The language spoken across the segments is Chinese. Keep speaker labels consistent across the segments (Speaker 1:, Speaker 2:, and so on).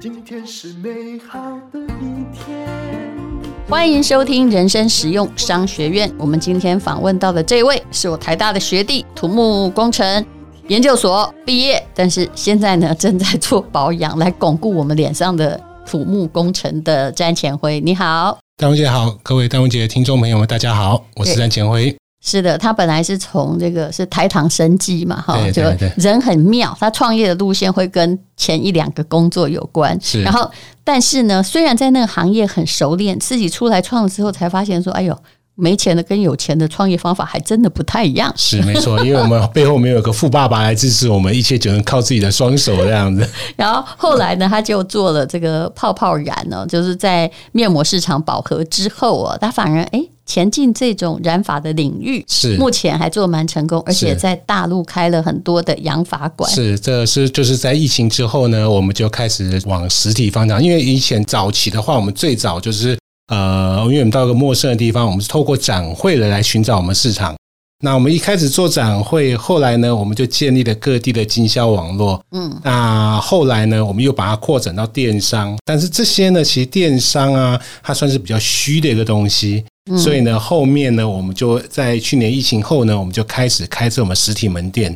Speaker 1: 今天是美好的一天。
Speaker 2: 欢迎收听人生实用商学院。我们今天访问到的这位是我台大的学弟，土木工程研究所毕业，但是现在呢正在做保养，来巩固我们脸上的土木工程的詹前辉。你好，
Speaker 3: 丹凤姐好，各位丹凤姐的听众朋友们，大家好，我是
Speaker 2: 对
Speaker 3: 詹前辉。
Speaker 2: 是的，他本来是从这个是台糖生技嘛，哈，
Speaker 3: 对
Speaker 2: 就
Speaker 3: 对对
Speaker 2: 人很妙，他创业的路线会跟前一两个工作有关。
Speaker 3: 是
Speaker 2: 然后但是呢，虽然在那个行业很熟练，自己出来创了之后才发现说，哎呦，没钱的跟有钱的创业方法还真的不太一样。
Speaker 3: 是没错，因为我们背后没有个富爸爸来支持我们，一切只能靠自己的双手这 样子。
Speaker 2: 然后后来呢，他就做了这个泡泡染哦，就是在面膜市场饱和之后哦，他反而哎前进这种染发的领域，
Speaker 3: 是
Speaker 2: 目前还做得蛮成功，而且在大陆开了很多的养发馆。
Speaker 3: 是，这是就是在疫情之后呢，我们就开始往实体方向，因为以前早期的话，我们最早就是呃，因为我们到一个陌生的地方，我们是透过展会的来寻找我们市场。那我们一开始做展会，后来呢，我们就建立了各地的经销网络。
Speaker 2: 嗯，
Speaker 3: 那后来呢，我们又把它扩展到电商，但是这些呢，其实电商啊，它算是比较虚的一个东西。
Speaker 2: 嗯
Speaker 3: 所以呢，后面呢，我们就在去年疫情后呢，我们就开始开设我们实体门店。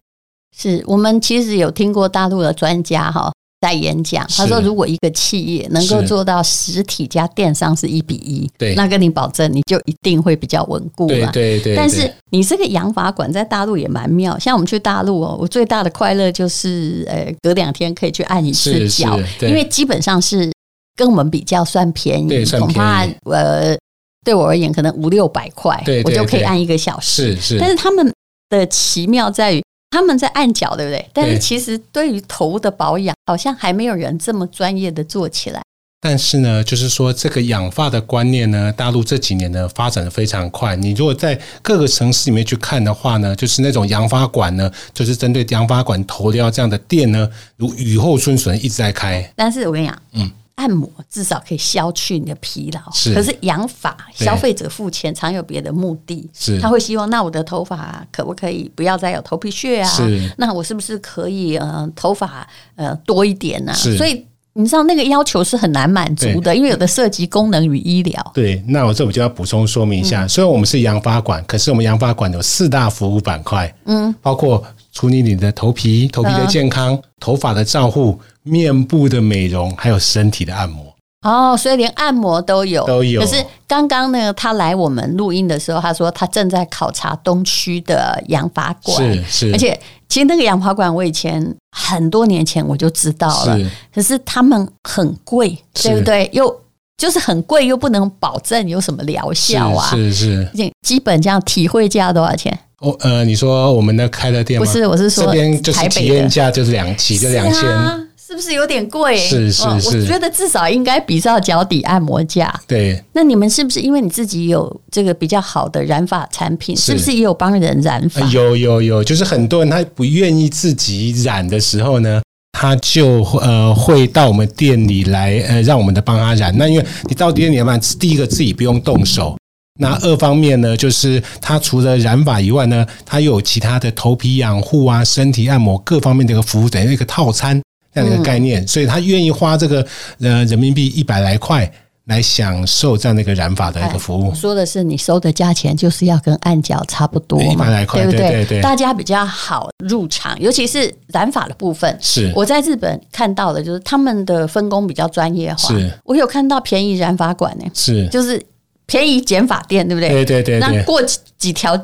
Speaker 2: 是我们其实有听过大陆的专家哈、在演讲，他
Speaker 3: 是
Speaker 2: 说如果一个企业能够
Speaker 3: 是
Speaker 2: 做到实体加电商是一比一，
Speaker 3: 对
Speaker 2: 那跟你保证你就一定会比较稳固
Speaker 3: 对
Speaker 2: 嘛。
Speaker 3: 对对，
Speaker 2: 但
Speaker 3: 对
Speaker 2: 是你这个养法馆在大陆也蛮妙，像我们去大陆哦，我最大的快乐就是，呃，隔两天可以去按一次
Speaker 3: 是是
Speaker 2: 脚，
Speaker 3: 对
Speaker 2: 因为基本上是跟我们比较算便宜，
Speaker 3: 对算
Speaker 2: 恐怕
Speaker 3: 便宜
Speaker 2: 呃对我而言可能五六百块，
Speaker 3: 对
Speaker 2: 我
Speaker 3: 对
Speaker 2: 就可以
Speaker 3: 对
Speaker 2: 按一个小时。
Speaker 3: 是是
Speaker 2: 但是他们的奇妙在于，他们在按脚，对不对？但是
Speaker 3: 对
Speaker 2: 其实对于头的保养，好像还没有人这么专业的做起来。
Speaker 3: 但是呢，就是说这个养发的观念呢，大陆这几年呢发展的非常快。你如果在各个城市里面去看的话呢，就是那种养发馆呢，就是针对养发馆头疗这样的店呢，如雨后春笋一直在开。
Speaker 2: 但是我跟你讲，
Speaker 3: 嗯
Speaker 2: 按摩至少可以消去你的疲劳，
Speaker 3: 是
Speaker 2: 可是养发，
Speaker 3: 对
Speaker 2: 消费者付钱常有别的目的，
Speaker 3: 是
Speaker 2: 他会希望那我的头发可不可以不要再有头皮屑啊
Speaker 3: 是？
Speaker 2: 那我是不是可以呃头发呃多一点呢、
Speaker 3: 是
Speaker 2: 所以你知道那个要求是很难满足的，因为有的涉及功能与医疗。
Speaker 3: 对，那我这我就要补充说明一下，
Speaker 2: 嗯
Speaker 3: 虽然我们是养发馆，可是我们养发馆有四大服务板块，嗯，包括处理你的头皮、头皮
Speaker 2: 嗯
Speaker 3: 的健康、头发的照护、面部的美容，还有身体的按摩。
Speaker 2: 哦，所以连按摩都有，
Speaker 3: 都有
Speaker 2: 可是刚刚呢，他来我们录音的时候，他说他正在考察东区的养发馆，
Speaker 3: 是是，
Speaker 2: 而且其实那个养发馆，我以前很多年前我就知道了，
Speaker 3: 是
Speaker 2: 可是他们很贵，
Speaker 3: 是
Speaker 2: 对不对？又就是很贵，又不能保证有什么疗效啊。
Speaker 3: 是是是。
Speaker 2: 而且基本这样体会价多少钱？
Speaker 3: 哦，呃，你说我们的开的店
Speaker 2: 不
Speaker 3: 吗？
Speaker 2: 是，我是说
Speaker 3: 这边就是
Speaker 2: 台
Speaker 3: 体
Speaker 2: 北
Speaker 3: 验
Speaker 2: 的，
Speaker 3: 价就是两起就两
Speaker 2: 是
Speaker 3: 千，
Speaker 2: 啊，是不是有点贵？
Speaker 3: 是是
Speaker 2: 嗯
Speaker 3: 是
Speaker 2: 我觉得至少应该比照脚底按摩价。
Speaker 3: 对，
Speaker 2: 那你们是不是因为你自己有这个比较好的染发产品，是
Speaker 3: 是
Speaker 2: 不是也有帮人染发
Speaker 3: 呃？有有有，就是很多人他不愿意自己染的时候呢，他就呃会到我们店里来，呃，让我们的帮他染。那因为你到店里嘛，第一个自己不用动手。那二方面呢，就是他除了染发以外呢，他又有其他的头皮养护啊、身体按摩各方面的一个服务，等于一个套餐这样的一个概念。
Speaker 2: 嗯
Speaker 3: 所以他愿意花这个呃人民币一百来块来享受这样的一个染发的一个服务
Speaker 2: 我。说的是你收的价钱就是要跟按脚差不多
Speaker 3: 对一
Speaker 2: 嘛
Speaker 3: 般来，块
Speaker 2: 不
Speaker 3: 对对对
Speaker 2: 大家比较好入场，尤其是染发的部分。
Speaker 3: 是
Speaker 2: 我在日本看到的就是他们的分工比较专业化
Speaker 3: 是，
Speaker 2: 我有看到便宜染发馆呢、
Speaker 3: 是，
Speaker 2: 就是便宜剪发店，对不对？
Speaker 3: 对对对
Speaker 2: 那
Speaker 3: 对，
Speaker 2: 过几几条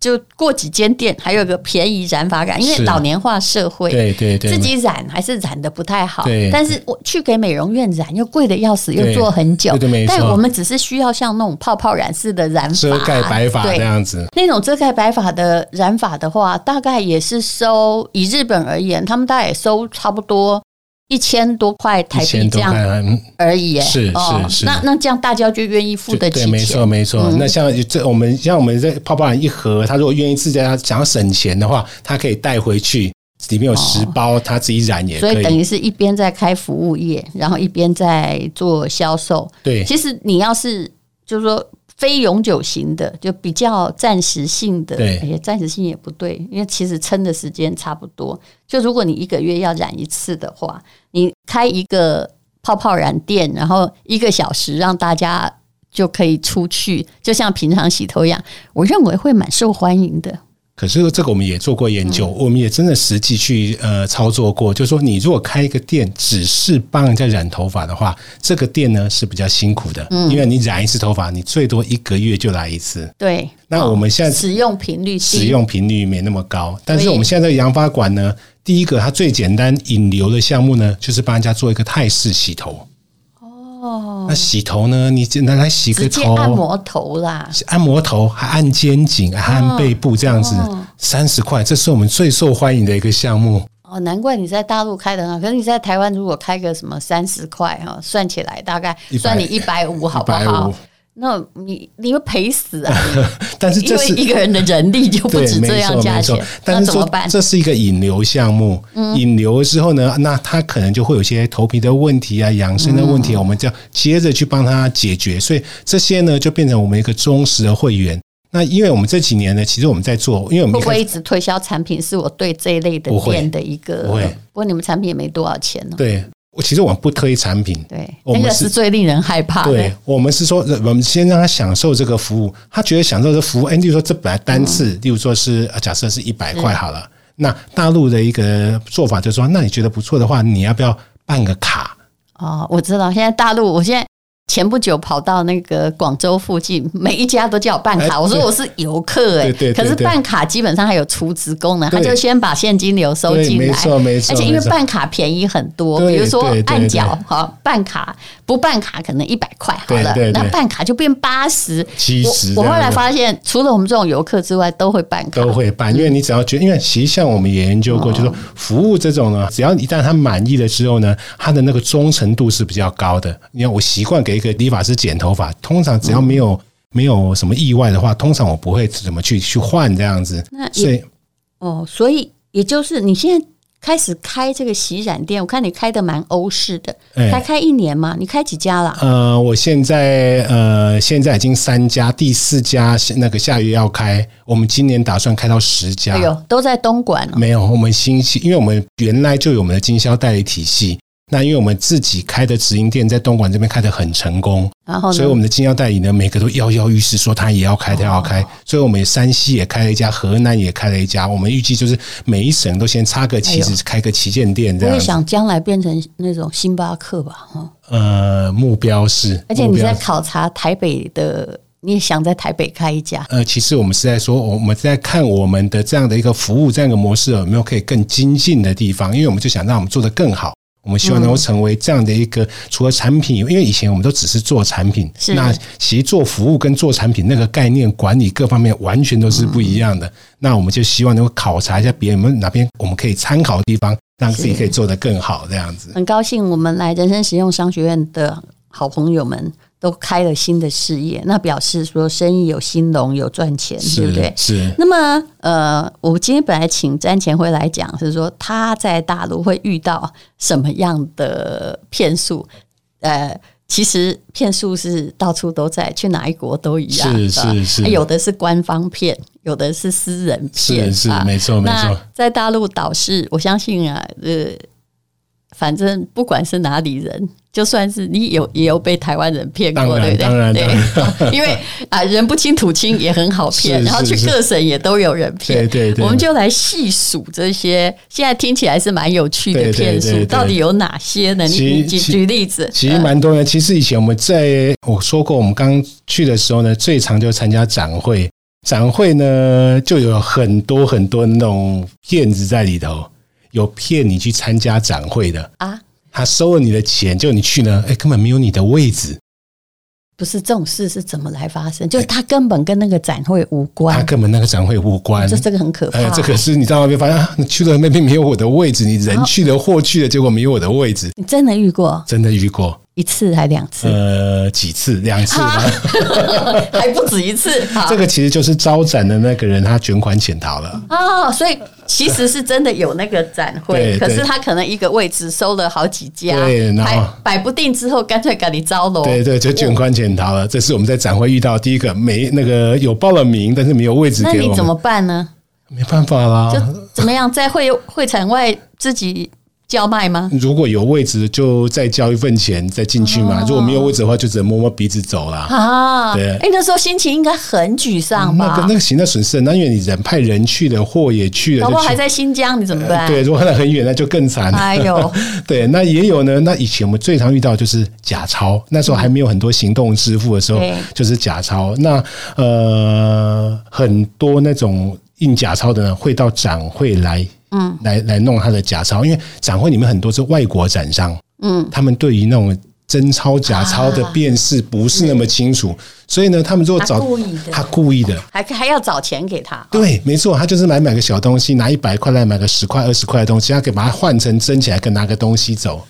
Speaker 2: 就过几间店，还有个便宜染发馆，因为
Speaker 3: 是啊
Speaker 2: 老年化社会，
Speaker 3: 对对对，
Speaker 2: 自己染还是染的不太好
Speaker 3: 对，
Speaker 2: 但是我去给美容院染又贵的要死，又
Speaker 3: 对
Speaker 2: 做很久
Speaker 3: 对对没。错
Speaker 2: 但我们只是需要像那种泡泡染式的染发，
Speaker 3: 遮盖白发这
Speaker 2: 对。
Speaker 3: 样子。
Speaker 2: 那种遮盖白发的染发的话，大概也是收以日本而言，他们大概也收差不多一千多块台
Speaker 3: 一
Speaker 2: 币
Speaker 3: 千
Speaker 2: 这
Speaker 3: 多
Speaker 2: 样
Speaker 3: 块，嗯，
Speaker 2: 而已耶。
Speaker 3: 是
Speaker 2: 哦
Speaker 3: 是是
Speaker 2: 那那这样大家就愿意付得起
Speaker 3: 对，
Speaker 2: 钱。
Speaker 3: 没错没错。
Speaker 2: 嗯
Speaker 3: 那像这我们像我们这泡泡染一盒，他如果愿意自家想要省钱的话，他可以带回去，里面有十包，他自己染也
Speaker 2: 哦所
Speaker 3: 可
Speaker 2: 以等
Speaker 3: 以。
Speaker 2: 于是一边在开服务业，然后一边在做销售。
Speaker 3: 对
Speaker 2: 其实你要是就是说非永久型的，就比较暂时性的，
Speaker 3: 对
Speaker 2: 也暂时性也不对，因为其实撑的时间差不多。就如果你一个月要染一次的话，你开一个泡泡染店，然后一个小时让大家就可以出去，就像平常洗头一样，我认为会蛮受欢迎的。
Speaker 3: 可是这个我们也做过研
Speaker 2: 嗯
Speaker 3: 究，我们也真的实际去呃操作过，就是说你如果开一个店只是帮人家染头发的话，这个店呢是比较辛苦的，
Speaker 2: 嗯
Speaker 3: 因为你染一次头发，你最多一个月就来一次。
Speaker 2: 对，
Speaker 3: 那我们现在
Speaker 2: 使用频率低
Speaker 3: 使用频率没那么高。但是我们现在的养发馆呢，第一个它最简单引流的项目呢，就是帮人家做一个泰式洗头。哦，那洗头呢，你简单来洗
Speaker 2: 直
Speaker 3: 个
Speaker 2: 接
Speaker 3: 头，
Speaker 2: 按摩哦头啦，
Speaker 3: 按摩头，还按肩颈，还按背部，这样子三十块，这是我们最受欢迎的一个项目。
Speaker 2: 哦，难怪你在大陆开的很好，可是你在台湾如果开个什么三十块哈，算起来大概
Speaker 3: 100
Speaker 2: 算你一百五好不好
Speaker 3: 150？
Speaker 2: 那你你会赔死啊！
Speaker 3: 但是
Speaker 2: 因
Speaker 3: 这
Speaker 2: 为
Speaker 3: 是
Speaker 2: 一个人的人力就不
Speaker 3: 对，
Speaker 2: 止
Speaker 3: 没
Speaker 2: 这
Speaker 3: 错
Speaker 2: 样
Speaker 3: 没
Speaker 2: 价
Speaker 3: 错
Speaker 2: 钱，那
Speaker 3: 但是
Speaker 2: 怎么
Speaker 3: 说
Speaker 2: 办？嗯
Speaker 3: 这是一个引流项目，引流之后呢，那他可能就会有一些头皮的问题啊、养生的问
Speaker 2: 嗯
Speaker 3: 题啊，我们就接着去帮他解决。所以这些呢，就变成我们一个忠实的会员。那因为我们这几年呢，其实我们在做，因为我
Speaker 2: 会不
Speaker 3: 们一开
Speaker 2: 会
Speaker 3: 始
Speaker 2: 一直推销产品是我对这一类的
Speaker 3: 不会
Speaker 2: 店的一个？
Speaker 3: 不会
Speaker 2: 不过你们产品也没多少钱哦。
Speaker 3: 对我其实我们不推产品，
Speaker 2: 对，
Speaker 3: 我
Speaker 2: 那
Speaker 3: 们
Speaker 2: 个
Speaker 3: 是
Speaker 2: 是最令人害怕的
Speaker 3: 对。我们是说，我们先让他享受这个服务，他觉得享受这服务，哎，例如说这本来单次，
Speaker 2: 嗯
Speaker 3: 例如说是呃假设是一百块好了，那大陆的一个做法就是说，那你觉得不错的话，你要不要办个卡？
Speaker 2: 哦，我知道，现在大陆，我现在前不久跑到那个广州附近，每一家都叫我办卡，
Speaker 3: 哎
Speaker 2: 我说
Speaker 3: 对
Speaker 2: 我是游客哎、
Speaker 3: 对对对
Speaker 2: 可是
Speaker 3: 对
Speaker 2: 办卡基本上还有储值功能，他
Speaker 3: 对
Speaker 2: 就先把现金流收
Speaker 3: 对，
Speaker 2: 进
Speaker 3: 没
Speaker 2: 来。
Speaker 3: 错，没错，
Speaker 2: 而且因为
Speaker 3: 没错
Speaker 2: 办卡便宜很多，
Speaker 3: 对
Speaker 2: 比如说
Speaker 3: 对对
Speaker 2: 按
Speaker 3: 对
Speaker 2: 缴哈，办卡不办卡可能一百块好了
Speaker 3: 对对对，
Speaker 2: 那办卡就变八十、
Speaker 3: 70
Speaker 2: 我我后
Speaker 3: 这
Speaker 2: 来
Speaker 3: 样子
Speaker 2: 发现，除了我们这种游客之外，都会办卡，
Speaker 3: 都会办，因为你只要觉得，因为其实像我们也研究过，就是说服务这种呢，只要一旦他满意了之后呢，他的那个忠诚度是比较高的。你看，我习惯给一个理发师剪头发，通常只要没
Speaker 2: 嗯
Speaker 3: 有、没有什么意外的话，通常我不会怎么去去换这样子
Speaker 2: 那。嗯也
Speaker 3: 所以
Speaker 2: 哦，所以也就是你现在开始开这个洗染店，我看你开的蛮欧式的，
Speaker 3: 哎
Speaker 2: 才开一年嘛，你开几家啦？
Speaker 3: 呃，我现在呃现在已经三家，第四家那个下月要开，我们今年打算开到十家。
Speaker 2: 哎呦，都在东莞哦。
Speaker 3: 没有，我们新系，因为我们原来就有我们的经销代理体系。那因为我们自己开的直营店在东莞这边开的很成功，
Speaker 2: 然后呢？
Speaker 3: 所以我们的经销代理呢，每个都跃跃欲试，说他也要开，他要开。
Speaker 2: 哦
Speaker 3: 所以我们山西也开了一家，河南也开了一家。我们预计就是每一省都先插个旗
Speaker 2: 哎
Speaker 3: 子，开个旗舰店这
Speaker 2: 我
Speaker 3: 样
Speaker 2: 也
Speaker 3: 子。
Speaker 2: 想将来变成那种星巴克吧，哈。
Speaker 3: 呃，目标是，
Speaker 2: 而且
Speaker 3: 目
Speaker 2: 你
Speaker 3: 标
Speaker 2: 在
Speaker 3: 是
Speaker 2: 考察台北的，你也想在台北开一家，
Speaker 3: 呃，其实我们是在说，我我们在看我们的这样的一个服务这样一个模式有没有可以更精进的地方，因为我们就想让我们做得更好。我们希望能
Speaker 2: 嗯
Speaker 3: 够成为这样的一个，除了产品，因为以前我们都只是做产品，
Speaker 2: 是
Speaker 3: 那其实做服务跟做产品那个概念、管理各方面完全都是不一样的。
Speaker 2: 嗯
Speaker 3: 那我们就希望能够考察一下别人有没有哪边我们可以参考的地方，让自己可以做得更好，这样子。
Speaker 2: 很高兴我们来人生实用商学院的好朋友们都开了新的事业，那表示说生意有兴隆，有赚钱，对不对？
Speaker 3: 是
Speaker 2: 那么，呃，我今天本来请詹前辉来讲，是说他在大陆会遇到什么样的骗术？呃，其实骗术是到处都在，去哪一国都一样
Speaker 3: 是
Speaker 2: 啊
Speaker 3: 是是
Speaker 2: 有的是官方骗，有的是私人骗，
Speaker 3: 是是
Speaker 2: 啊，
Speaker 3: 没错哦没
Speaker 2: 那
Speaker 3: 错。
Speaker 2: 在大陆岛是，我相信啊，呃，反正不管是哪里人，就算是你有也有被台湾人骗
Speaker 3: 当
Speaker 2: 过，
Speaker 3: 然
Speaker 2: 对不对？
Speaker 3: 当然
Speaker 2: 对， 因为啊、人不清土清也很好骗，
Speaker 3: 是
Speaker 2: 然后去
Speaker 3: 是是
Speaker 2: 各省也都有人骗。
Speaker 3: 对对对
Speaker 2: 我们就来细数这些，现在听起来是蛮有趣的
Speaker 3: 对对
Speaker 2: 骗术，
Speaker 3: 对对
Speaker 2: 到底有哪些呢？你
Speaker 3: 其
Speaker 2: 你举
Speaker 3: 其
Speaker 2: 举例子，
Speaker 3: 其实
Speaker 2: 呃
Speaker 3: 蛮多的。其实以前我们在我说过，我们刚去的时候呢，最常就参加展会。展会呢，就有很多很多那种骗子在里头，有骗你去参加展会的，
Speaker 2: 啊，
Speaker 3: 他收了你的钱，就你去呢，哎，根本没有你的位置，
Speaker 2: 不是这种事是怎么来发生？就是它根本跟那个展会无
Speaker 3: 他
Speaker 2: 关，
Speaker 3: 根本那个展会无关
Speaker 2: 这。这个很可怕。
Speaker 3: 哎，这可是你到那边发现啊，你去了那边没有我的位置，你人去了货去了，结果没有我的位置，
Speaker 2: 你真的遇过？
Speaker 3: 真的遇过。
Speaker 2: 一次还两次？
Speaker 3: 呃，几次，两次吧。
Speaker 2: 还不止一 次。啊好
Speaker 3: 这个其实就是招展的那个人，他卷款潜逃了。
Speaker 2: 哦，所以其实是真的有那个展会，
Speaker 3: 对
Speaker 2: 可
Speaker 3: 对
Speaker 2: 是他可能一个位置收了好几家，
Speaker 3: 对然
Speaker 2: 摆
Speaker 3: 后
Speaker 2: 摆不定之后，干脆赶你招楼。
Speaker 3: 对对，就卷款潜逃了。这是我们在展会遇到第一个，没那个有报了名，但是没有位置
Speaker 2: 那
Speaker 3: 给我
Speaker 2: 你
Speaker 3: 们，啊
Speaker 2: 怎么办呢？
Speaker 3: 没办法啦
Speaker 2: 就。怎么样在会会场外自己叫卖 吗？
Speaker 3: 如果有位置，就再交一份钱再进去
Speaker 2: 哦
Speaker 3: 嘛。如果没有位置的话，就只能摸摸鼻子走啦。
Speaker 2: 啊，
Speaker 3: 对
Speaker 2: 哎、那时候心情应该很沮丧吧？
Speaker 3: 那个那个行那损失很大，那因为你人派人去了，货也去了，
Speaker 2: 搞不
Speaker 3: 就
Speaker 2: 好
Speaker 3: 去
Speaker 2: 还在新疆，你怎么办？
Speaker 3: 对，如果那很远，那就更惨。
Speaker 2: 哎 呦，
Speaker 3: 对，那也有呢。那以前我们最常遇到就是假钞，那时候还没有很多行动支付的时候，
Speaker 2: 对
Speaker 3: 就是假钞。那呃，很多那种印假钞的呢，会到展会来。嗯，来来弄他的假钞，因为展会里面很多是外国展商，嗯，他们对于那种真钞
Speaker 2: 啊
Speaker 3: 假钞的辨识不是那么清楚，所以呢，他们如果
Speaker 2: 他
Speaker 3: 找
Speaker 2: 故意的哦
Speaker 3: 他故意的，
Speaker 2: 还还要找钱给他。哦
Speaker 3: 对，没错，他就是买买个小东西，拿一百块来买个十块、二十块的东西，他可以把它换成真起来，跟拿个东西走。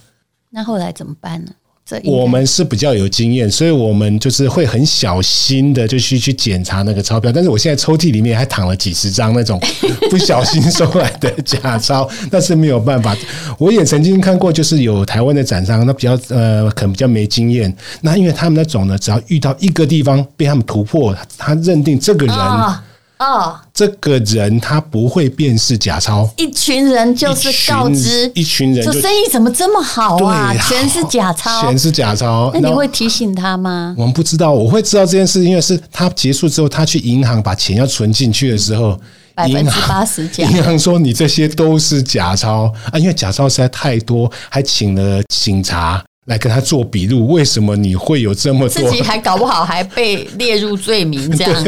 Speaker 2: 那后来怎么办呢？这应该
Speaker 3: 我们是比较有经验，所以我们就是会很小心的就去去检查那个钞票。但是我现在抽屉里面还躺了几十张那种 不小心收来的假钞，那是没有办法。我也曾经看过，就是有台湾的展商，那比较呃，可能比较没经验。那因为他们那种呢，只要遇到一个地方被他们突破，他他认定这个人、
Speaker 2: 哦哦，
Speaker 3: 这个人他不会辨识假钞。
Speaker 2: 一群人就是告知，
Speaker 3: 一群人
Speaker 2: 这
Speaker 3: 就
Speaker 2: 生意怎么这么好
Speaker 3: 对
Speaker 2: 啊？
Speaker 3: 好
Speaker 2: 全是假钞
Speaker 3: 全。是假钞。
Speaker 2: 那你
Speaker 3: 然后
Speaker 2: 会提醒他吗？
Speaker 3: 我们不知道，我会知道这件事，因为是他结束之后，他去银行把钱要存进去的时候，
Speaker 2: 百分
Speaker 3: 银
Speaker 2: 之
Speaker 3: 行
Speaker 2: 八十假
Speaker 3: 银行说你这些都是假钞啊，因为假钞实在太多，啊还请了警察来跟他做笔录，为什么你会有这么
Speaker 2: 自
Speaker 3: 多？
Speaker 2: 己还搞不好还被列入罪名，这样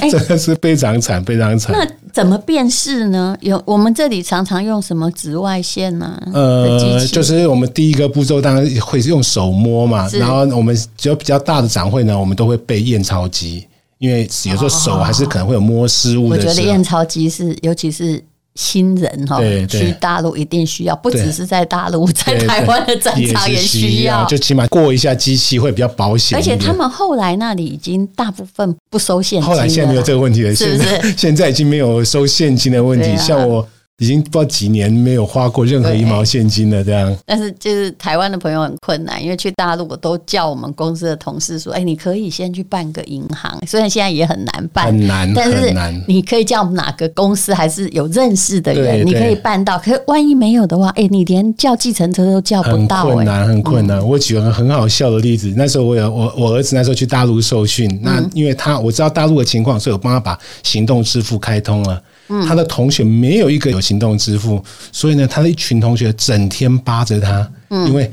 Speaker 2: 哎
Speaker 3: 真的是非常惨，非常惨。
Speaker 2: 那怎么辨识呢？有我们这里常常用什么紫外线呢、啊？的机
Speaker 3: 呃，
Speaker 2: 器
Speaker 3: 就是我们第一个步骤当然会是用手摸嘛，
Speaker 2: 是
Speaker 3: 然后我们只有比较大的展会呢，我们都会备验钞机，因为有时候手还是可能会有摸失误
Speaker 2: 哦我
Speaker 3: 的
Speaker 2: 觉得
Speaker 3: 时候
Speaker 2: 验。钞机是，尤其是新人哈、
Speaker 3: 对对
Speaker 2: 去大陆一定需要，不
Speaker 3: 对
Speaker 2: 只是在大陆，在
Speaker 3: 对对
Speaker 2: 台湾的展场
Speaker 3: 也是
Speaker 2: 需要。
Speaker 3: 就起码过一下机器会比较保险
Speaker 2: 而
Speaker 3: 一
Speaker 2: 且
Speaker 3: 点。
Speaker 2: 他们后来那里已经大部分不收现金
Speaker 3: 后
Speaker 2: 了
Speaker 3: 来现在没有这个问题了，
Speaker 2: 是
Speaker 3: 现
Speaker 2: 不是
Speaker 3: 在 现在已经没有收现金的问题。
Speaker 2: 对啊
Speaker 3: 像我已经不知道几年没有花过任何一毛现金了，这样。
Speaker 2: 但是就是台湾的朋友很困难，因为去大陆我都叫我们公司的同事说：“哎、你可以先去办个银行，虽然现在也很难办，
Speaker 3: 很难
Speaker 2: 但是
Speaker 3: 很难
Speaker 2: 你可以叫我们哪个公司还是有认识的人，
Speaker 3: 对
Speaker 2: 你可以
Speaker 3: 对
Speaker 2: 办到。可是万一没有的话，哎、你连叫计程车都叫不
Speaker 3: 很
Speaker 2: 到、
Speaker 3: 困
Speaker 2: 哎，
Speaker 3: 难，很困难。我举个很好笑的例子，那时候我有我我儿子那时候去大陆受训，那
Speaker 2: 嗯
Speaker 3: 因为他我知道大陆的情况，所以我帮他把行动支付开通了。
Speaker 2: 嗯
Speaker 3: 他的同学没有一个有行动支付，所以呢，他的一群同学整天扒着他，
Speaker 2: 嗯
Speaker 3: 因为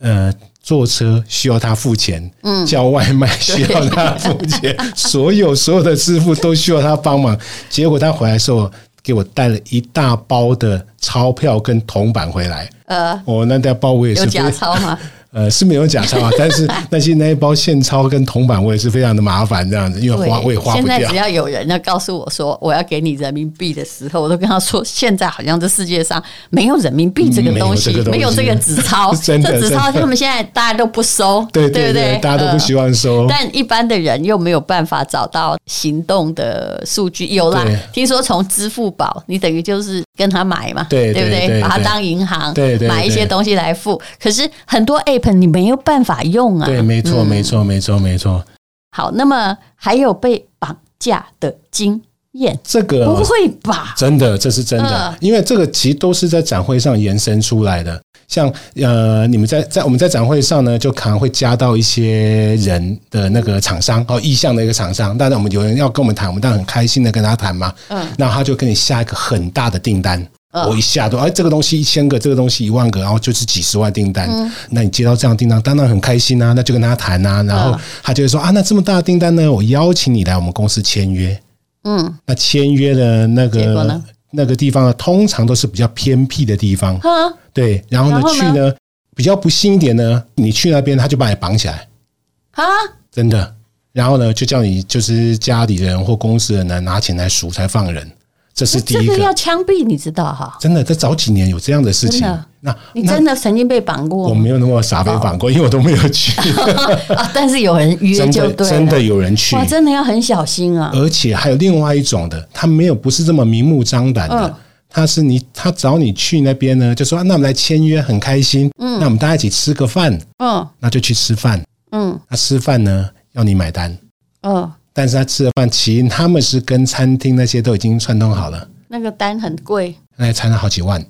Speaker 3: 呃。坐车需要他付钱，嗯，叫外卖需要他付 钱，所有所有的支付都需要他帮忙。结果他回来的时候，给我带了一大包的钞票跟铜板回来，
Speaker 2: 呃，
Speaker 3: 哦，那那包我也是
Speaker 2: 有
Speaker 3: 非
Speaker 2: 假钞吗？
Speaker 3: 呃是没有 假钞啊，但是那些那一包现钞跟铜板我也是非常的麻烦这样子，因为呃花我也花
Speaker 2: 现
Speaker 3: 不
Speaker 2: 在
Speaker 3: 掉
Speaker 2: 只。要有人要告诉我说我要给你人民币的时候，我都跟他说，现在好像这世界上没有人民币这个东西
Speaker 3: 嗯没有这个，东西
Speaker 2: 没有这个纸钞，这
Speaker 3: 真的
Speaker 2: 纸钞
Speaker 3: 真的
Speaker 2: 他们现在大家都不收，
Speaker 3: 对
Speaker 2: 不
Speaker 3: 对对，大家都不希
Speaker 2: 望。
Speaker 3: 望收。
Speaker 2: 嗯但一般的人又没有办法找到行动的数据，有啦
Speaker 3: 对。
Speaker 2: 听说从支付宝，你等于就是跟他买嘛，
Speaker 3: 对
Speaker 2: 不
Speaker 3: 对对
Speaker 2: 把它
Speaker 3: 对
Speaker 2: 当银行，
Speaker 3: 对对
Speaker 2: 买一些
Speaker 3: 对
Speaker 2: 东西来付。可是很多 app 你没有办法用啊，
Speaker 3: 对，没错，没错，没错，没错。
Speaker 2: 好，那么还有被绑架的经验，
Speaker 3: 这个
Speaker 2: 不会吧？
Speaker 3: 真的，这是真的
Speaker 2: 嗯，
Speaker 3: 因为这个其实都是在展会上延伸出来的。像呃，你们在在我们在展会上呢，就可能会加到一些人的那个厂商哦，意向的一个厂商。当然，我们有人要跟我们谈，我们当然很开心的跟他谈嘛。
Speaker 2: 嗯，
Speaker 3: 那他就跟你下一个很大的订单。
Speaker 2: 嗯
Speaker 3: 我一下都哎，这个东西一千个，这个东西一万个，然后就是几十万订单。
Speaker 2: 嗯
Speaker 3: 那你接到这样的订单，当然很开心啊，那就跟他谈啊，然后
Speaker 2: 嗯
Speaker 3: 他就会说啊，那这么大的订单呢，我邀请你来我们公司签约。
Speaker 2: 嗯，
Speaker 3: 那签约的那
Speaker 2: 结果
Speaker 3: 个
Speaker 2: 呢
Speaker 3: 那个地方呢，通常都是比较偏僻的地方，
Speaker 2: 哈，
Speaker 3: 对。然后呢，
Speaker 2: 然后呢
Speaker 3: 去呢比较不幸一点呢，你去那边他就把你绑起来，
Speaker 2: 啊，
Speaker 3: 真的。然后呢，就叫你就是家里人或公司的人呢拿钱来赎才放人。这是第
Speaker 2: 这
Speaker 3: 一
Speaker 2: 个要
Speaker 3: 个。
Speaker 2: 枪毙，你知道哈？
Speaker 3: 真的，在早几年有这样的事情
Speaker 2: 真的。
Speaker 3: 那
Speaker 2: 你
Speaker 3: 那
Speaker 2: 真的曾经被绑过
Speaker 3: 我
Speaker 2: 吗
Speaker 3: 没有那么傻被绑过，因为我都没有 去。
Speaker 2: 啊？但是有人约
Speaker 3: 真
Speaker 2: 就
Speaker 3: 的
Speaker 2: 对了，
Speaker 3: 真的有人去
Speaker 2: 哇，，真的要很小心啊！
Speaker 3: 而且还有另外一种的，他没有不是这么明目张胆的。
Speaker 2: 嗯
Speaker 3: 他是你，他找你去那边呢，就说、啊、那我们来签约，很开心。那我们大家一起吃个饭，
Speaker 2: 嗯
Speaker 3: 那就去吃饭。
Speaker 2: 嗯
Speaker 3: 那吃饭呢，要你买单，
Speaker 2: 嗯，
Speaker 3: 但是他吃的饭，起因他们是跟餐厅那些都已经串通好了，
Speaker 2: 那个单很贵，
Speaker 3: 那餐了好几万。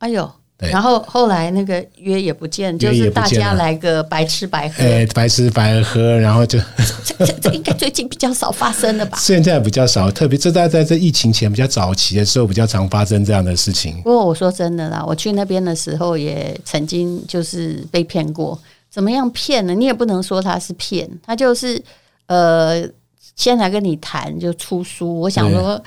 Speaker 2: 哎呦！
Speaker 3: 对
Speaker 2: 然后后来那个约也不见，就
Speaker 3: 约也
Speaker 2: 是
Speaker 3: 不见
Speaker 2: 大家
Speaker 3: 了
Speaker 2: 来个白吃白喝，
Speaker 3: 哎，白吃白喝，然后就？
Speaker 2: 这这这应该最近比较少发生了吧
Speaker 3: 现在比较少，特别这在在这疫情前比较早期的时候，比较常发生这样的事情。
Speaker 2: 不过我说真的啦，我去那边的时候也曾经就是被骗过。怎么样骗呢？你也不能说他是骗，他就是呃，先来跟你谈就出书。我想说，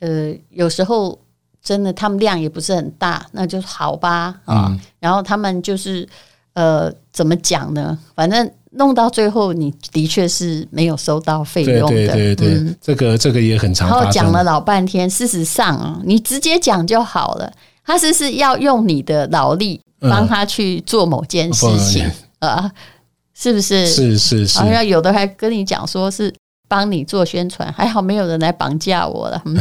Speaker 2: 呃，有时候真的他们量也不是很大，那就好吧啊。
Speaker 3: 嗯
Speaker 2: 然后他们就是呃，怎么讲呢？反正弄到最后，你的确是没有收到费
Speaker 3: 对
Speaker 2: 用的。嗯
Speaker 3: 对对对，这个这个也很常
Speaker 2: 然后
Speaker 3: 发
Speaker 2: 讲
Speaker 3: 生。
Speaker 2: 了老半天，事实上啊，你直接讲就好了。他是是要用你的劳力
Speaker 3: 嗯
Speaker 2: 帮他去做某件事情啊、呃是不是？
Speaker 3: 是是是
Speaker 2: 好，像有的还跟你讲说是帮你做宣传，还好没有人来绑架我 了。嗯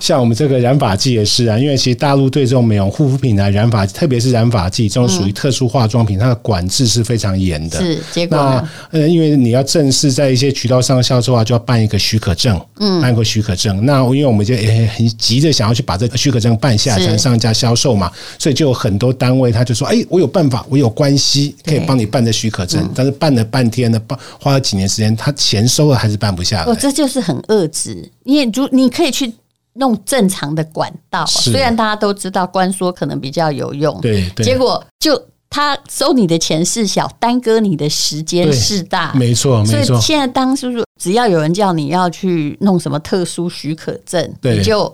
Speaker 3: 像我们这个染发剂也是啊，因为其实大陆对这种美容护肤品啊、染发，特别是染发剂这种
Speaker 2: 嗯
Speaker 3: 属于特殊化妆品，它的管制是非常严的。
Speaker 2: 是，结果
Speaker 3: 那
Speaker 2: 呢？
Speaker 3: 呃，因为你要正式在一些渠道上销售啊，就要办一个许可证，嗯，办一个许可证。那因为我们就也很急着想要去把这个许可证办下
Speaker 2: 是
Speaker 3: 才能上架销售嘛，所以就有很多单位他就说，哎、我有办法，我有关系可
Speaker 2: 对嗯
Speaker 3: 以帮你办这许可证，但是办了半天呢，办花了几年时间，他钱收了还是办不下来。
Speaker 2: 哦，这就是很恶质。你也如你可以去弄正常的管道，
Speaker 3: 是
Speaker 2: 虽然大家都知道关说可能比较有用，
Speaker 3: 对对，
Speaker 2: 结果就他收你的钱是小，耽搁你的时间
Speaker 3: 对
Speaker 2: 是大。
Speaker 3: 没错
Speaker 2: 啊所
Speaker 3: 没
Speaker 2: 以
Speaker 3: 错，
Speaker 2: 现在当叔叔只要有人叫你要去弄什么特殊许可证，
Speaker 3: 对
Speaker 2: 你就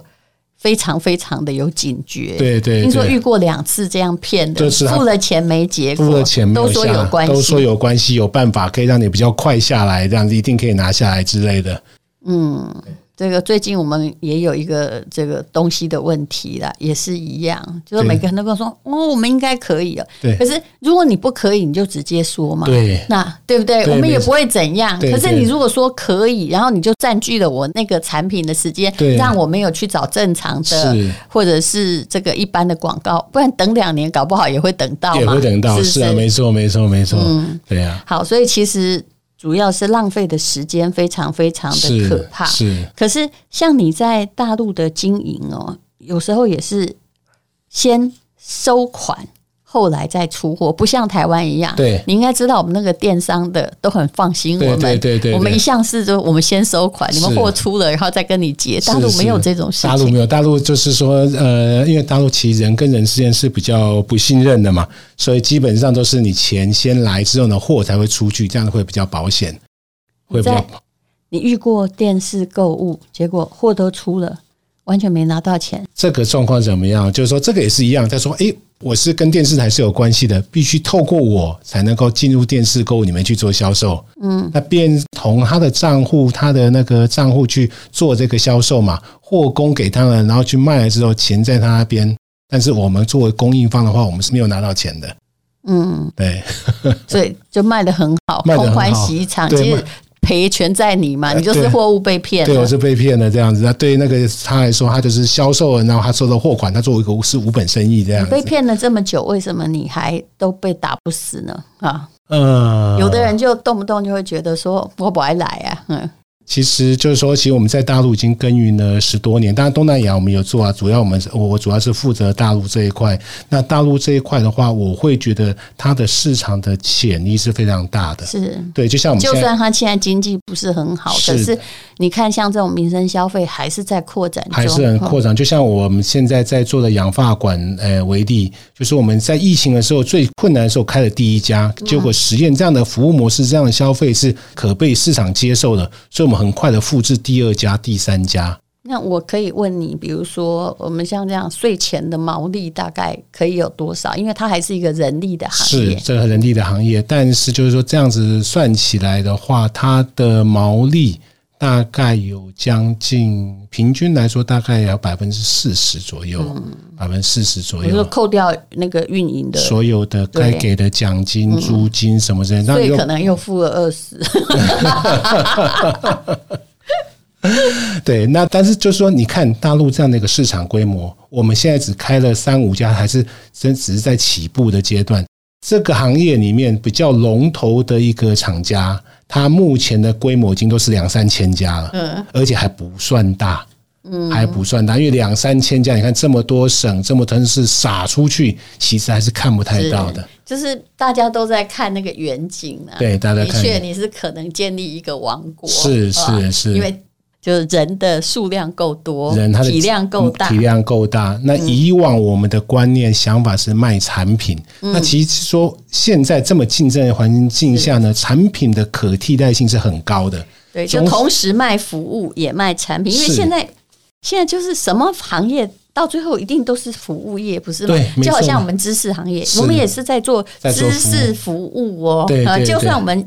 Speaker 2: 非常非常的有警觉。
Speaker 3: 对对
Speaker 2: 听说
Speaker 3: 对
Speaker 2: 遇过两次这样骗的，
Speaker 3: 就是他
Speaker 2: 付了钱没结果，
Speaker 3: 付了钱没
Speaker 2: 都
Speaker 3: 有
Speaker 2: 说
Speaker 3: 下
Speaker 2: 有关系，
Speaker 3: 都说有关系，有办法可以让你比较快下来，这样子一定可以拿下来之类的。
Speaker 2: 这个最近我们也有一个这个东西的问题啦，也是一样，就是每个人都跟我说哦，我们应该可以哦。
Speaker 3: 对
Speaker 2: 可是如果你不可以，你就直接说嘛。
Speaker 3: 对
Speaker 2: 那对不对？
Speaker 3: 对
Speaker 2: 我们也
Speaker 3: 没错
Speaker 2: 不会怎样。
Speaker 3: 对
Speaker 2: 可是
Speaker 3: 对
Speaker 2: 你如果说可以，然后你就占据了我那个产品的时间，
Speaker 3: 对
Speaker 2: 让我没有去找正常的
Speaker 3: 是
Speaker 2: 或者是这个一般的广告，不然等两年搞不好也会等到嘛。
Speaker 3: 也会等到，
Speaker 2: 是嗯不
Speaker 3: 是啊，没错，没错，没错，对啊，
Speaker 2: 好，所以其实主要是浪费的时间非常非常的
Speaker 3: 是
Speaker 2: 可怕。
Speaker 3: 是，
Speaker 2: 可是像你在大陆的经营哦，有时候也是先收款，后来再出货，不像台湾一样。
Speaker 3: 对
Speaker 2: 你应该知道我们那个电商的都很放心我
Speaker 3: 对
Speaker 2: 们。
Speaker 3: 对对对
Speaker 2: 我们
Speaker 3: 对
Speaker 2: 一向是就我们先收款，你们
Speaker 3: 是
Speaker 2: 货出了然后再跟你结。
Speaker 3: 是
Speaker 2: 大陆没有
Speaker 3: 是
Speaker 2: 这种事
Speaker 3: 大陆
Speaker 2: 情。
Speaker 3: 没有，大陆就是说，呃，因为大陆其实人跟人之间是比较不信任的嘛，所以基本上都是你钱先来之后呢，货才会出去，这样会比较保险，会比较
Speaker 2: 在你遇过电视购物，结果货都出了，完全没拿到钱。
Speaker 3: 这个状况怎么样？就是说，这个也是一样。他说：“诶，我是跟电视台是有关系的，必须透过我才能够进入电视购物里面去做销售。”嗯，那便从他的账户、他的那个账户去做这个销售嘛，货供给他们，然后去卖了之后，钱在他那边。但是我们作为供应方的话，我们是没有拿到钱的。
Speaker 2: 嗯，
Speaker 3: 对，
Speaker 2: 所以就卖的很好，
Speaker 3: 卖得
Speaker 2: 空
Speaker 3: 很
Speaker 2: 欢
Speaker 3: 好
Speaker 2: 喜一场。
Speaker 3: 对
Speaker 2: 其实
Speaker 3: 卖
Speaker 2: 赔全在你嘛，你就是
Speaker 3: 对
Speaker 2: 货物被骗了。
Speaker 3: 对我是被骗了这样子。那对那个他来说，他就是销售了，然后他收到货款，他作为一个是无本生意这样
Speaker 2: 你
Speaker 3: 子。
Speaker 2: 被骗了这么久，为什么你还都被打不死呢？啊，
Speaker 3: 嗯，
Speaker 2: 有的人就动不动就会觉得说我不爱来啊，嗯，
Speaker 3: 其实就是说，其实我们在大陆已经耕耘了十多年，当然东南亚我们有做啊，主要我们我我主要是负责大陆这一块。那大陆这一块的话，我会觉得它的市场的潜力是非常大的。
Speaker 2: 是。
Speaker 3: 对，就像我们
Speaker 2: 就
Speaker 3: 现在
Speaker 2: 算他现在经济不是很好，
Speaker 3: 是
Speaker 2: 可
Speaker 3: 的
Speaker 2: 是你看，像这种民生消费还是在扩展中，
Speaker 3: 还是很扩
Speaker 2: 嗯。
Speaker 3: 张，就像我们现在在做的养发馆，呃，为例，就是我们在疫情的时候最困难的时候开了第一家，结果实验这样的服务模式、这样的消费是可被市场接受的，所以我们很快的复制第二家、第三家。
Speaker 2: 那我可以问你，比如说我们像这样税前的毛利大概可以有多少？因为它还是一个人力的行
Speaker 3: 是
Speaker 2: 业，
Speaker 3: 这个人力的行业，但是就是说这样子算起来的话，它的毛利大概有将近平均来说，大概要百分之四十左右，百分之四十左
Speaker 2: 嗯比如说
Speaker 3: 右，
Speaker 2: 扣掉那个运营的，
Speaker 3: 所有的该给的奖金、租金什么之类，那
Speaker 2: 嗯所以
Speaker 3: 又
Speaker 2: 可能又付了二十。
Speaker 3: 对，那但是就是说，你看大陆这样的一个市场规模，我们现在只开了三五家，还是真只是在起步的阶段。这个行业里面比较龙头的一个厂家，它目前的规模已经都是两三千家了，嗯，而且还不算大，嗯，还不算大，因为两三千家，你看这么多省、这么多城市撒出去，其实还是看不太到的。
Speaker 2: 就是大家都在看那个远景啊，
Speaker 3: 对大家
Speaker 2: 的
Speaker 3: 看
Speaker 2: 确你是可能建立一个王国，
Speaker 3: 是是
Speaker 2: 啊
Speaker 3: 是
Speaker 2: 因为就是人的数量够多，
Speaker 3: 人他的嗯
Speaker 2: 体量够大，嗯
Speaker 3: 体量够大。那以往我们的观念想法是卖产品，
Speaker 2: 嗯
Speaker 3: 那其实说现在这么竞争的环境下呢，产品的可替代性是很高的。
Speaker 2: 对，就
Speaker 3: 总是
Speaker 2: 同时卖服务也卖产品，因为
Speaker 3: 是
Speaker 2: 现在现在就是什么行业到最后一定都是服务业，不是吗
Speaker 3: 对没？错
Speaker 2: 就好像我们知识行业，
Speaker 3: 是
Speaker 2: 我们也是在做
Speaker 3: 在做
Speaker 2: 知
Speaker 3: 服务
Speaker 2: 识服务哦。
Speaker 3: 对
Speaker 2: 啊
Speaker 3: 对
Speaker 2: 就
Speaker 3: 对
Speaker 2: 算我们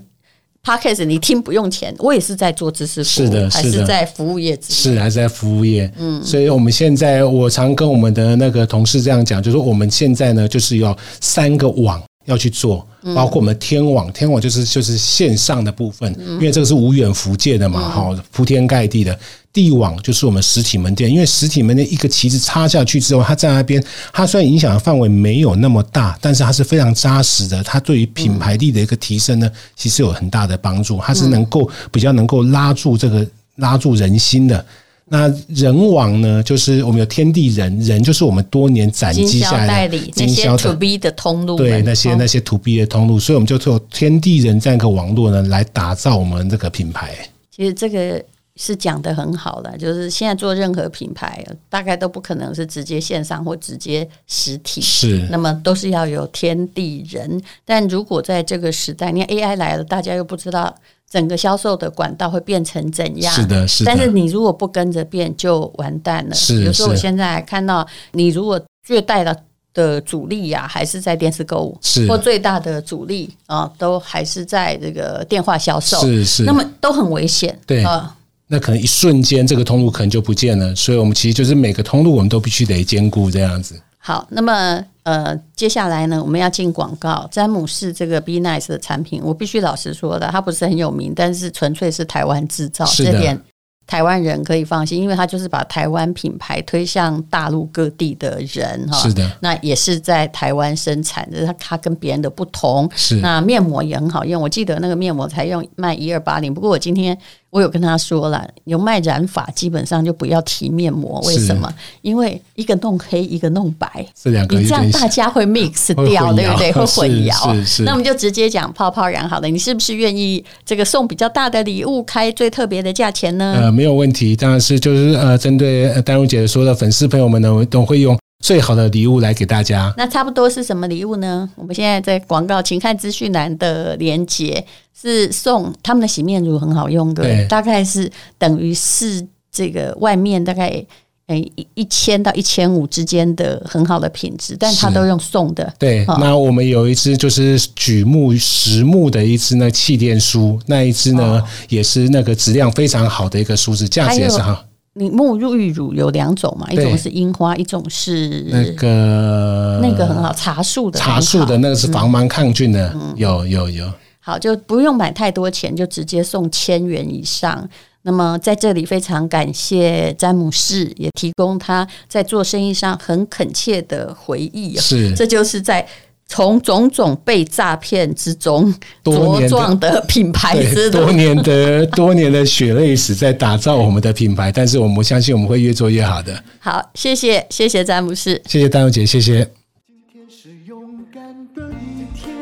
Speaker 2: podcast 你听不用钱，我也是在做知识服务，
Speaker 3: 是的
Speaker 2: 还
Speaker 3: 是
Speaker 2: 是
Speaker 3: 的
Speaker 2: 在服务业之内。
Speaker 3: 是还是在服务业，嗯，所以我们现在我常跟我们的那个同事这样讲，就是说我们现在呢就是要三个网要去做，包括我们的天网，天网就是就是线上的部分，因为这个是无远弗届的嘛，哈、铺天盖地的。地网就是我们实体门店，因为实体门店一个旗子插下去之后，它在那边，它虽然影响的范围没有那么大，但是它是非常扎实的，它对于品牌力的一个提升呢，其实有很大的帮助，它是能够比较能够拉住这个拉住人心的。那人网呢，就是我们有天地人，人就是我们多年攒
Speaker 2: 经
Speaker 3: 积
Speaker 2: 销
Speaker 3: 下来的
Speaker 2: 代理那
Speaker 3: 经
Speaker 2: 些
Speaker 3: 销
Speaker 2: to
Speaker 3: 的
Speaker 2: B 的通路们，
Speaker 3: 对那些
Speaker 2: 哦
Speaker 3: 那些 to B 的通路，所以我们就透过天地人这样一个网络呢，来打造我们这个品牌。
Speaker 2: 其实这个是讲的很好了，就是现在做任何品牌，大概都不可能是直接线上或直接实体，
Speaker 3: 是
Speaker 2: 那么都是要有天地人。但如果在这个时代，你看 AI 来了，大家又不知道整个销售的管道会变成怎样。
Speaker 3: 是的，是的，
Speaker 2: 但是你如果不跟着变，就完蛋了。
Speaker 3: 是
Speaker 2: 比如说我
Speaker 3: 是
Speaker 2: 现在还看到，你如果最大的的主力呀、还是在电视购物，
Speaker 3: 是
Speaker 2: 或最大的主力啊，都还是在这个电话销售。
Speaker 3: 是是
Speaker 2: 那么都很危险。
Speaker 3: 对
Speaker 2: 啊、
Speaker 3: 那可能一瞬间这个通路可能就不见了，所以我们其实就是每个通路我们都必须得兼顾这样子。
Speaker 2: 好，那么呃，接下来呢，我们要进广告。詹姆士这个 Be Nice 的产品，我必须老实说的，它不是很有名，但是纯粹是台湾制造，
Speaker 3: 是
Speaker 2: 这
Speaker 3: 的
Speaker 2: 点台湾人可以放心，因为它就是把台湾品牌推向大陆各地的人哈。
Speaker 3: 是的，
Speaker 2: 那也是在台湾生产，这是它它跟别人的不同。
Speaker 3: 是
Speaker 2: 那面膜也很好用，我记得那个面膜才用卖一二八零，不过我今天我有跟他说了，有卖染发基本上就不要提面膜，为
Speaker 3: 是
Speaker 2: 什么？因为一个弄黑，一个弄白，
Speaker 3: 这两个
Speaker 2: 你
Speaker 3: 有
Speaker 2: 这样
Speaker 3: 点
Speaker 2: 大家会 mix
Speaker 3: 会混
Speaker 2: 掉，
Speaker 3: 淆
Speaker 2: 对不 对？会混
Speaker 3: 是
Speaker 2: 淆。
Speaker 3: 是是
Speaker 2: 那我们就直接讲泡泡染好了，你是不是愿意这个送比较大的礼物，开最特别的价钱呢？
Speaker 3: 呃，没有问题，当然是就是呃，针对呃丹如姐说的粉丝朋友们呢，我都会用最好的礼物来给大家。
Speaker 2: 那差不多是什么礼物呢？我们现在在广告，请看资讯栏的连接，是送他们的洗面乳很好用，各位
Speaker 3: 对
Speaker 2: 大概是等于是这个外面大概诶一一千到一千五之间的很好的品质，但它
Speaker 3: 是
Speaker 2: 都用送的，
Speaker 3: 对，
Speaker 2: 哦
Speaker 3: 那我们有一只就是榉木实木的一只呢气垫梳，那一只呢、
Speaker 2: 哦
Speaker 3: 也是那个质量非常好的一个梳子，价值也是好。
Speaker 2: 你沐浴乳有两种嘛，一
Speaker 3: 对
Speaker 2: 种是樱花，一种是
Speaker 3: 那个呃
Speaker 2: 那个很好，茶树的
Speaker 3: 茶树的
Speaker 2: 很好
Speaker 3: 那个是防螨抗菌的，
Speaker 2: 嗯
Speaker 3: 有有有，
Speaker 2: 好，就不用买太多钱，就直接送千元以上。那么在这里非常感谢詹姆士，也提供他在做生意上很恳切的回忆哦。
Speaker 3: 是
Speaker 2: 这就是在从种种被诈骗之中
Speaker 3: 多
Speaker 2: 茁
Speaker 3: 年的
Speaker 2: 壮的品牌之
Speaker 3: 对
Speaker 2: 路
Speaker 3: 多。年的多年的血泪史在打造我们的品牌，但是我们相信我们会越做越好的。
Speaker 2: 好，谢谢谢谢詹姆士。
Speaker 3: 谢谢丹如姐，谢谢。
Speaker 1: 今天是勇敢的一天，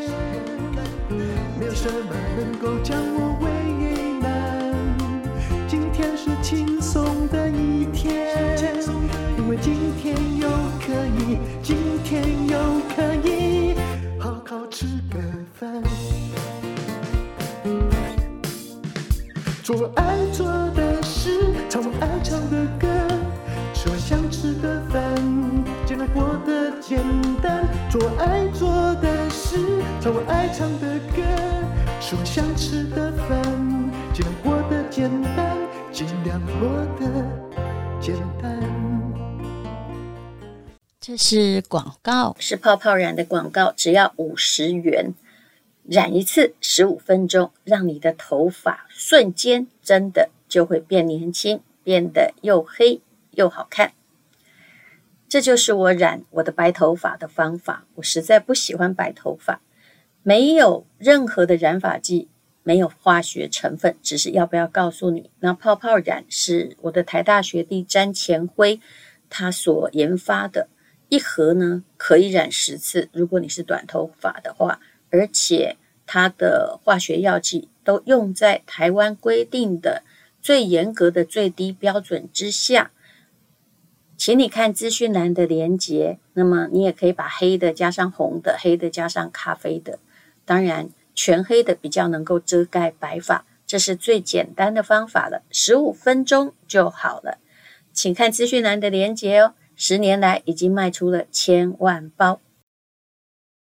Speaker 1: 没有什么能够将我为难。今天是轻松的一天，因为今天又可以，今天又可以好好吃个饭，做我爱做的事，唱我爱唱的歌，吃我想吃的饭，尽量过得简单。做我爱做的事，唱我爱唱的歌，吃我想吃的饭，尽量过得简单。么的简单。
Speaker 4: 这是广告，是泡泡染的广告，只要五十元，染一次十五分钟，让你的头发瞬间真的就会变年轻，变得又黑又好看。这就是我染我的白头发的方法。我实在不喜欢白头发，没有任何的染发剂，没有化学成分，只是要不要告诉你，那泡泡染是我的台大学弟詹前辉他所研发的。一盒呢可以染十次，如果你是短头发的话，而且它的化学药剂都用在台湾规定的最严格的最低标准之下。请你看资讯栏的连接，那么你也可以把黑的加上红的，黑的加上咖啡的，当然全黑的比较能够遮盖白发，这是最简单的方法了，十五分钟就好了。请看资讯栏的连接哦。十年来已经卖出了千万包。